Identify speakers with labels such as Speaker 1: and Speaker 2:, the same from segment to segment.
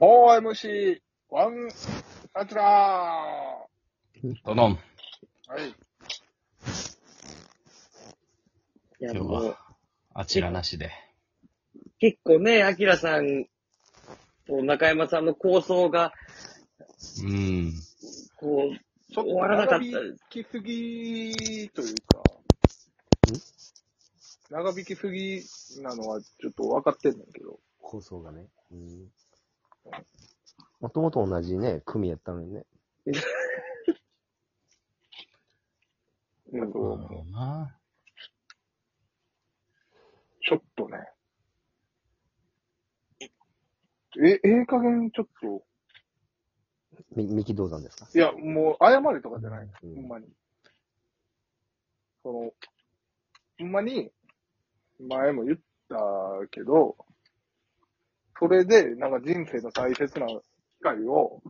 Speaker 1: OMC、ワン、アキラーは
Speaker 2: どどん。
Speaker 1: い。
Speaker 3: いや、
Speaker 2: 今日
Speaker 3: も
Speaker 2: は
Speaker 3: う、
Speaker 2: あちらなしで。
Speaker 3: 結構ね、アキラさんと中山さんの構想が、
Speaker 2: うん。
Speaker 3: こう、
Speaker 1: ちょっと
Speaker 3: 終わらなかった
Speaker 1: 長引きすぎというか、長引きすぎなのはちょっと分かってんねんけど。
Speaker 4: 構想がね。うん。もともと同じね、組やったのにね。
Speaker 1: なんか
Speaker 2: なる
Speaker 1: も
Speaker 2: ほ
Speaker 1: う
Speaker 2: どな。
Speaker 1: ちょっとね。え、ええ加減ちょっと。
Speaker 4: み、三木道山ですか
Speaker 1: いや、もう謝れとかじゃない。
Speaker 4: うん
Speaker 1: ほんまに。その、ほんまに、前も言ったけど、それで、なんか人生の大切な機会を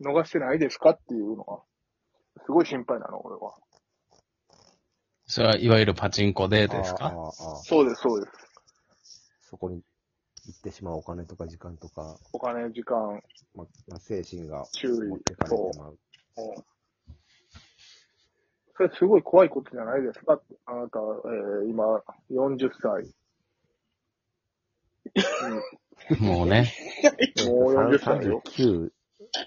Speaker 1: 逃してないですかっていうのが、すごい心配なの、俺は。
Speaker 2: それはいわゆるパチンコでです
Speaker 4: ああ
Speaker 2: か
Speaker 4: ああああ
Speaker 1: そうです、そうです。
Speaker 4: そこに行ってしまうお金とか時間とか、
Speaker 1: お金、時間、
Speaker 4: ま、ま精神が
Speaker 1: 注
Speaker 4: 持ってか
Speaker 1: 意、
Speaker 4: れて
Speaker 1: そう
Speaker 4: し。まう。
Speaker 1: うんそれすごい怖いことじゃないですかあなた、えー、今、40歳。
Speaker 2: もうね。
Speaker 1: もう40歳よ。
Speaker 4: 39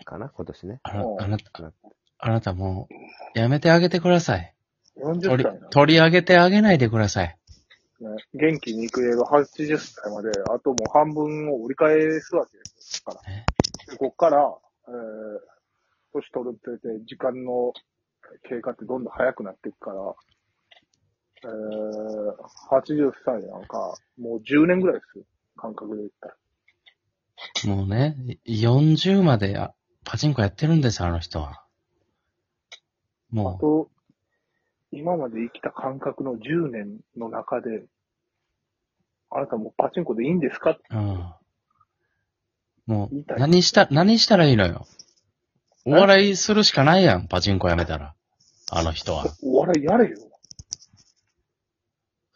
Speaker 4: かな今年ね。
Speaker 2: あら
Speaker 1: うん
Speaker 2: あなた、あなたもう、やめてあげてください。
Speaker 1: 40
Speaker 2: 取り
Speaker 1: 歳な、の
Speaker 2: 取り上げてあげないでください。
Speaker 1: ね。元気に行く映が80歳まで、あともう半分を折り返すわけですから。
Speaker 2: ね
Speaker 1: でこっから、えー、年取るってて、時間の経過ってどんどん早くなっていくから、えー、80歳なんか、もう10年ぐらいですよ。感覚で言ったら。
Speaker 2: もうね、40まであパチンコやってるんです、あの人は。
Speaker 1: あ
Speaker 2: もう、
Speaker 1: と、今まで生きた感覚の10年の中で、あなたもうパチンコでいいんですか
Speaker 2: うん。も
Speaker 1: 言いうた、い
Speaker 2: 何した、何したらいいのよ。お笑いするしかないやん、パチンコやめたら。あの人は。
Speaker 1: お笑いやれよ。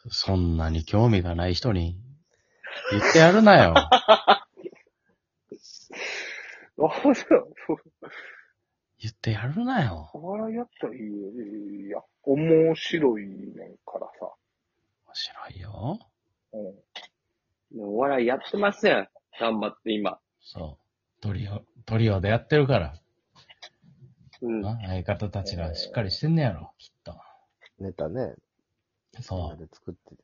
Speaker 2: そんなに興味がない人に言ってやるなよ。
Speaker 1: あ、じゃあ、そう
Speaker 2: 言ってやるなよ。
Speaker 1: お笑いやったらいいよ。いや、面白いねんからさ。
Speaker 2: 面白いよ。
Speaker 1: うん。
Speaker 3: お笑いやってません。頑張って今。
Speaker 2: そう。トリオ、トリオでやってるから。
Speaker 3: うん。
Speaker 2: な相方たちがしっかりしてんねやろ、きっと。
Speaker 4: ネタね、みん
Speaker 2: そ
Speaker 4: な
Speaker 2: う。
Speaker 4: で作ってて。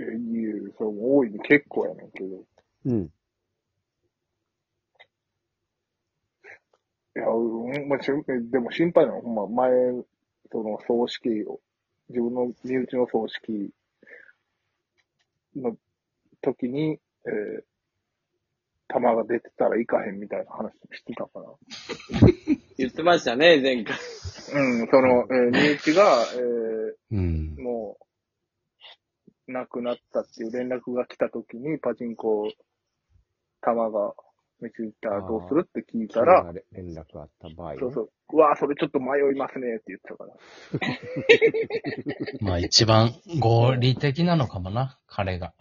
Speaker 1: いや、いや、それも大いに結構やねんけど。い
Speaker 4: うん。
Speaker 1: や、うん、まあ、しでも心配なの。ほんま、前、その葬式を、自分の身内の葬式の時に、えー、弾が出てたらいかへんみたいな話してたから。
Speaker 3: 言ってましたね、前回。
Speaker 1: うん、その、えー身内が、えー、
Speaker 2: うん。
Speaker 1: もう、亡くなったっていう連絡が来た時に、パチンコ、玉が見ついたらどうするって聞いたら、
Speaker 4: 急な連絡あった場合、ね。
Speaker 1: そうそう、うわぁ、それちょっと迷いますねって言ってたから。
Speaker 2: まあ一番合理的なのかもな、彼が。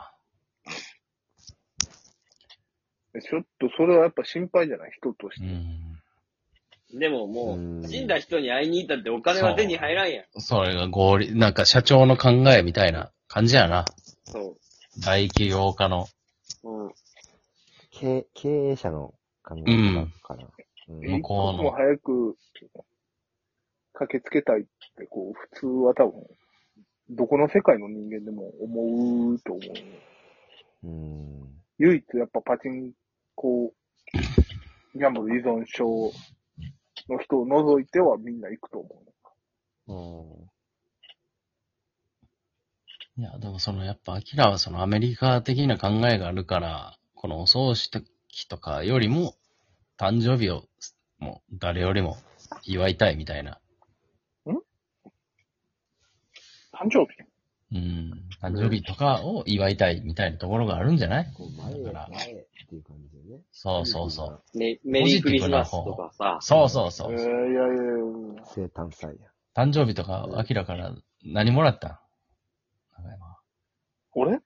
Speaker 1: でちょっとそれはやっぱ心配じゃない人とし
Speaker 2: う
Speaker 1: て。
Speaker 2: ん。
Speaker 3: でもも
Speaker 4: うん
Speaker 3: う、死んだ人に会いに行ったってお金は手に入らんやん。
Speaker 2: それが合理、なんか社長の考えみたいな感じやな。
Speaker 3: そ
Speaker 2: 大企業家の。
Speaker 3: う。うん。
Speaker 4: 経経営者の考え方かな。うん
Speaker 2: 向
Speaker 1: 一
Speaker 2: こう
Speaker 1: 刻
Speaker 2: の
Speaker 1: も早く駆けつけたいって、こう、普通は多分、どこの世界の人間でも思うと思う。
Speaker 4: うん。
Speaker 1: 唯一やっぱパチンコ、ギャンブル依存症の人を除いてはみんな行くと思う。
Speaker 4: うん。
Speaker 2: いや、でもそのやっぱアキラはそのアメリカ的な考えがあるから、このお葬式とかよりも、誕生日をもう誰よりも祝いたいみたいな。
Speaker 1: 誕生日
Speaker 2: うん。誕生日とかを祝いたいみたいなところがあるんじゃない
Speaker 4: こう前へ
Speaker 2: だから
Speaker 4: 前へっていう感じでね。
Speaker 2: そうそうそう。
Speaker 3: メメリークリスマスとかさ。
Speaker 2: そうそうそ
Speaker 1: えー、
Speaker 2: う。
Speaker 1: いやいやいや、
Speaker 4: 生誕祭や。
Speaker 2: 誕生日とか、アキラから何もらったん中
Speaker 1: 俺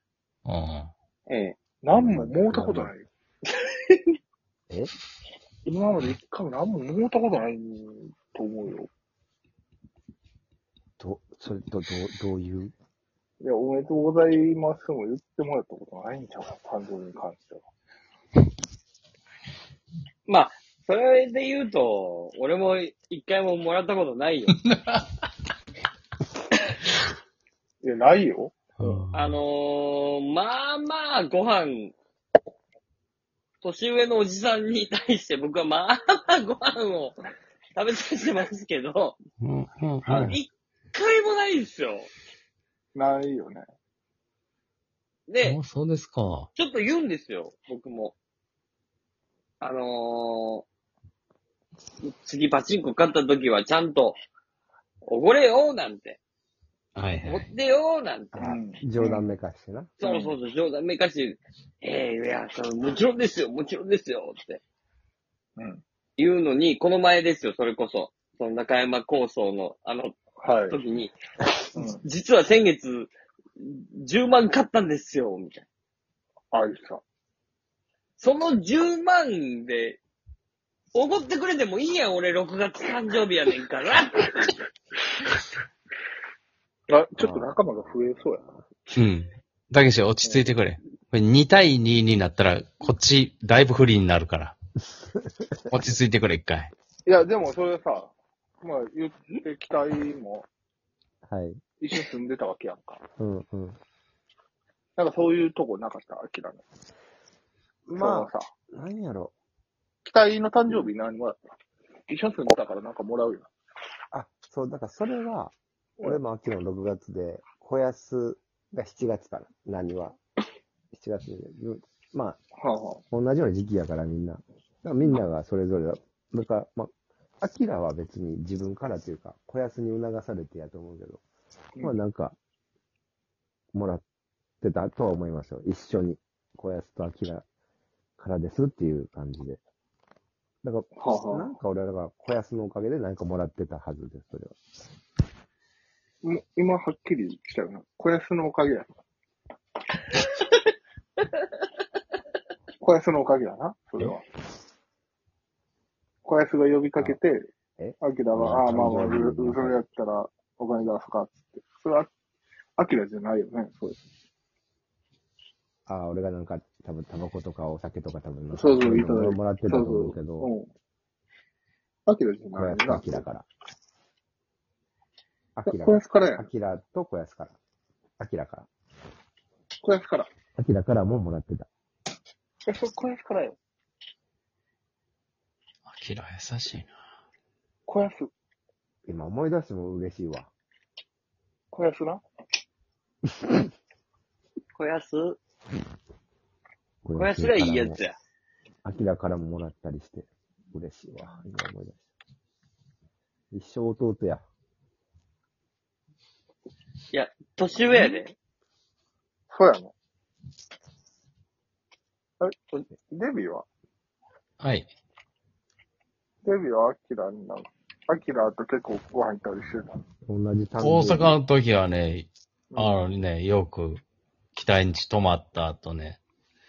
Speaker 2: 山
Speaker 3: ええ。
Speaker 1: 何ももうたことない。
Speaker 4: え
Speaker 1: 今まで一回も何ももうたことないと思うよ。
Speaker 4: ど、それ、ど、ど、どういう
Speaker 1: いや、おめでとうございますも言ってもらったことないんちゃう誕生日に関しては。
Speaker 3: まあ、それで言うと、俺も一回ももらったことないよ。
Speaker 1: いや、ないよ。
Speaker 3: あのー、まあまあ、ご飯、年上のおじさんに対して僕はまあまあご飯を食べさせてますけど、
Speaker 2: うん、うん、
Speaker 3: あ
Speaker 2: う
Speaker 3: の
Speaker 2: ん。
Speaker 3: 一回もないんですよ。
Speaker 1: ないよね。
Speaker 3: で
Speaker 2: お、そうですか。
Speaker 3: ちょっと言うんですよ、僕も。あのー、次パチンコ勝った時はちゃんと、おごれよなんて、
Speaker 2: はい
Speaker 3: 持
Speaker 2: は
Speaker 3: っ
Speaker 2: い。
Speaker 3: てよなんて。
Speaker 1: うん
Speaker 4: 冗談めかしてな。
Speaker 3: そうそうそう、冗談めかし、ええいや、それもちろんですよ、もちろんですよ、って
Speaker 1: うん。
Speaker 3: 言うのに、この前ですよ、それこそ。その中山構想のあの
Speaker 1: はい。
Speaker 3: 時に、
Speaker 1: うん。
Speaker 3: 実は先月、10万買ったんですよ、みたいな。
Speaker 1: ありさ。
Speaker 3: その10万で、おごってくれてもいいやん、俺6月誕生日やねんから。
Speaker 1: あ、ちょっと仲間が増えそうやな。
Speaker 2: うん。だけし、落ち着いてくれ。これ2対2になったら、こっち、だいぶ不利にな るから。落ち着いてくれ、一回。
Speaker 1: いや、でもそれさ、まあ言って期待も
Speaker 4: はい。
Speaker 1: 一緒に住んでたわけやんか。
Speaker 4: うんうん。
Speaker 1: なんかそういうとこなかった、明らかに。
Speaker 4: ま
Speaker 1: そのさ、
Speaker 4: あ、なんやろ。
Speaker 1: 期待の誕生日何もらった一緒に住んでたからなんかもらうよ。
Speaker 4: あ、そう、だからそれは、
Speaker 1: うん
Speaker 4: 俺も秋の6月で、小安が7月かな、何は。7月で。まあ、
Speaker 1: はあ、は
Speaker 4: 同じような時期やからみんな。だからみんながそれぞれだ。だから、まあ、アキラは別に自分からというか、小安に促されてやと思うけど、
Speaker 1: うん
Speaker 4: まあなんか、もらってたとは思いますよ。一緒に。小安とアキラからですっていう感じで。だか
Speaker 1: はあは
Speaker 4: ら、
Speaker 1: あ
Speaker 4: なんか俺らが小安のおかげでなんかもらってたはずです、それは。
Speaker 1: あ、もう今はっきりしたよな。小安のおかげや。小安のおかげやな、それは。小安が呼びかけて
Speaker 4: え、
Speaker 1: アキラは、ああ、まあまあ、
Speaker 4: 誕
Speaker 1: そ
Speaker 4: 生日の
Speaker 1: れやったらお金出すかっつって。それは、アキラじゃないよね、そうです。
Speaker 4: ああ、俺がなんか、多分タバコとかお酒とか多分なんか、
Speaker 1: そうそう、い
Speaker 4: い
Speaker 1: ただ
Speaker 4: ろい
Speaker 1: い
Speaker 4: ろ
Speaker 1: て。
Speaker 4: もらってたと思うけ
Speaker 1: そう
Speaker 4: ど、
Speaker 1: そううん。アキラじゃ
Speaker 4: 小
Speaker 1: ない
Speaker 4: 安と
Speaker 1: な
Speaker 4: ア。キラから。アキラ
Speaker 1: 小安からや
Speaker 4: ア
Speaker 1: ん。
Speaker 4: キラと小安から。アキラから。
Speaker 1: 小安から。
Speaker 4: アキラからももらってた。
Speaker 1: え、それ小安からよ。
Speaker 2: あきら優しいな。
Speaker 1: 小安、
Speaker 4: 今思い出しても嬉しいわ。
Speaker 1: 小安な。
Speaker 3: 小安
Speaker 4: 小
Speaker 3: 小安がいいやつや。
Speaker 4: アキラからももらったりして、嬉しいわ。今思い出した。一生弟や。
Speaker 3: いや、年上やで。
Speaker 1: そうやね。え、デビは
Speaker 2: はい。
Speaker 1: デビはアキラになる。アキラと結構ご飯行ったりしてた。
Speaker 4: 同じ誕
Speaker 2: 大
Speaker 4: 生日
Speaker 2: 阪の時はね、あのね、よく、北園地泊まった後ね、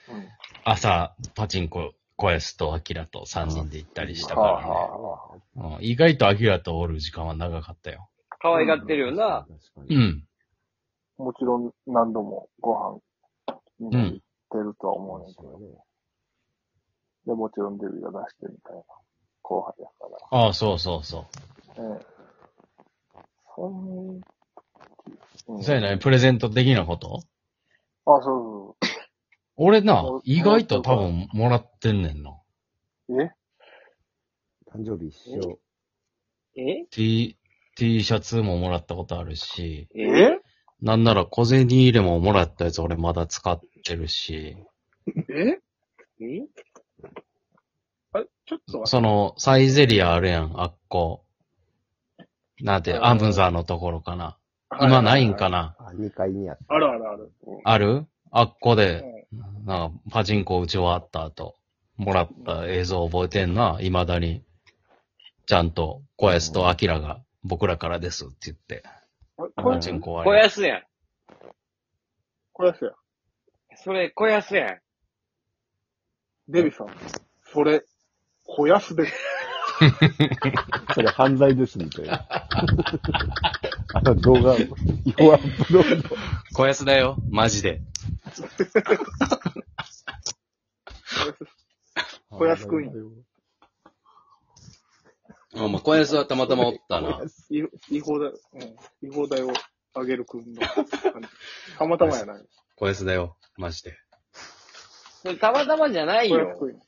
Speaker 1: うん。
Speaker 2: 朝、パチンコ、小安とアキラと3人で行ったりしたか
Speaker 1: はあ
Speaker 2: らね。
Speaker 1: はあ。
Speaker 2: うん意外とアキラとおる時間は長かったよ。
Speaker 3: 可愛がってるよな。。
Speaker 4: 確か
Speaker 2: う
Speaker 4: に
Speaker 2: ん。
Speaker 1: もちろん何度もご飯に
Speaker 2: う
Speaker 1: 行っ
Speaker 2: ん。
Speaker 1: てるとは思うねんけど。で、もちろんデビが出してみたいな後輩やから。
Speaker 2: ああ、そうそうそ
Speaker 1: ええ。そん
Speaker 2: う。
Speaker 1: な
Speaker 2: そうや
Speaker 1: ね。
Speaker 2: ね、プレゼント的なこと
Speaker 1: あ、そう
Speaker 2: 俺な
Speaker 1: そう、
Speaker 2: 意外と多分もらってんねんな。
Speaker 1: そう。え
Speaker 4: 誕生日一緒。
Speaker 3: え
Speaker 2: T、T シャツももらったことあるし、
Speaker 3: え
Speaker 2: なんなら小銭入れももらったやつ俺まだ使ってるし、
Speaker 1: え
Speaker 3: え
Speaker 1: あれちょっと待って
Speaker 2: その、サイゼリアあるやん、あっこ。なんて、アムザのところかな。今ないんかな
Speaker 4: あ、2階にあった。
Speaker 1: あるあるある。うん
Speaker 2: あるあっこで、なんか、パチンコ打ち終わった後、もらった映像覚えてんな、未だに。ちゃんと、小安とアキラが、僕らからですって言って、
Speaker 1: あこ
Speaker 2: パ
Speaker 1: れ
Speaker 2: チンコ終
Speaker 3: 小
Speaker 2: わり。
Speaker 3: 安やん。
Speaker 1: これですよ。
Speaker 3: それ、小安やん。
Speaker 1: デビさん、それ、小安です。
Speaker 4: それ犯罪ですみたいな。 あの動画、 違法アップロード。
Speaker 2: 小安だよ、マジで。
Speaker 1: 小安くんや
Speaker 2: あ、まあ、小安はたまたまおったな。
Speaker 1: 違違法だ、うん、違法代をあげるくんの感じ。たまたまやない。
Speaker 2: 小安だよ、マジで。
Speaker 3: それたまたまじゃない
Speaker 1: 小安
Speaker 3: よ。
Speaker 1: くん。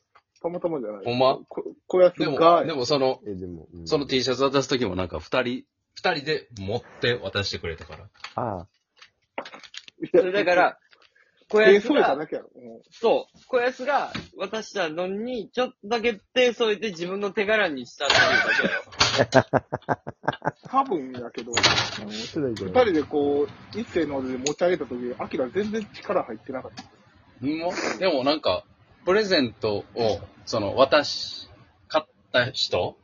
Speaker 1: たまたまじゃない。
Speaker 2: ほんま
Speaker 1: こ小安
Speaker 2: でも
Speaker 1: が、、
Speaker 2: でもその、
Speaker 4: え、でも、うん
Speaker 2: その T シャツ渡すときもなんか二人、二人で持って渡してくれたから。
Speaker 4: ああ、
Speaker 1: い
Speaker 3: そ
Speaker 1: や
Speaker 3: れだか、ら、小
Speaker 1: 手
Speaker 3: 安
Speaker 1: 添えただ
Speaker 3: が、
Speaker 1: けやろ。うん
Speaker 3: そう、小安が渡したのに、ちょっとだけ手添えて自分の手柄にしたっていうだけだよ。
Speaker 1: 多分やけど、
Speaker 4: 面白いじゃ
Speaker 1: 二
Speaker 4: ない
Speaker 1: 人でこう、一斉ので持ち上げたとき、アキラ全然力入ってなかった。
Speaker 2: もでもなんか、プレゼントを、その、渡し、買った人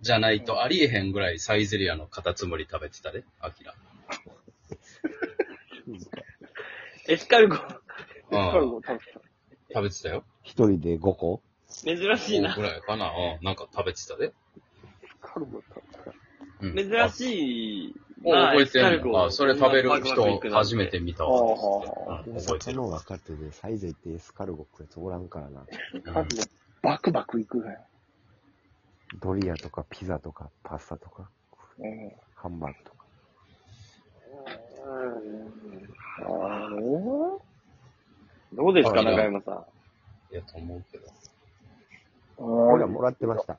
Speaker 2: じゃないとありえへんぐらいサイゼリアのカタツムリ食べてたで、アキラ。
Speaker 3: エスカル
Speaker 2: う
Speaker 3: ゴ、
Speaker 1: エスカル
Speaker 2: ん。
Speaker 1: ゴ食べてた。
Speaker 2: 食べてたよ。
Speaker 4: 一人で5個
Speaker 3: 珍しいな
Speaker 2: ぐ。らいかな。うん。なんか食べてたで。
Speaker 1: エスカルゴ食べてた。
Speaker 2: うん、
Speaker 3: 珍
Speaker 2: い。
Speaker 3: しい
Speaker 2: あ
Speaker 3: な。
Speaker 2: 覚え
Speaker 3: エスカ
Speaker 2: て
Speaker 3: ル
Speaker 2: ん
Speaker 3: ゴ
Speaker 2: のあ、それ食べる
Speaker 3: こんなパ
Speaker 2: 人
Speaker 3: クパクいくなん
Speaker 2: 初めて見た
Speaker 1: ああ
Speaker 2: わ。
Speaker 1: ああああ
Speaker 2: うん、覚えて
Speaker 4: 他
Speaker 2: る。
Speaker 4: の若手でサイゼ行ってエスカルゴ食うやつおらんからな。
Speaker 1: カズがバクバクいくね。
Speaker 4: ドリアとかピザとかパスタとか
Speaker 1: うん。
Speaker 4: ハンバーグとか。
Speaker 3: あれどうです
Speaker 4: あ
Speaker 3: か、
Speaker 4: いや
Speaker 3: 中山さん。
Speaker 2: いや、と思うけど。
Speaker 4: こ
Speaker 1: ほ
Speaker 4: れはもらってました。
Speaker 1: い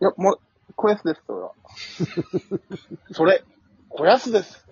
Speaker 1: や、もう、小安です、それは。それ、小安です。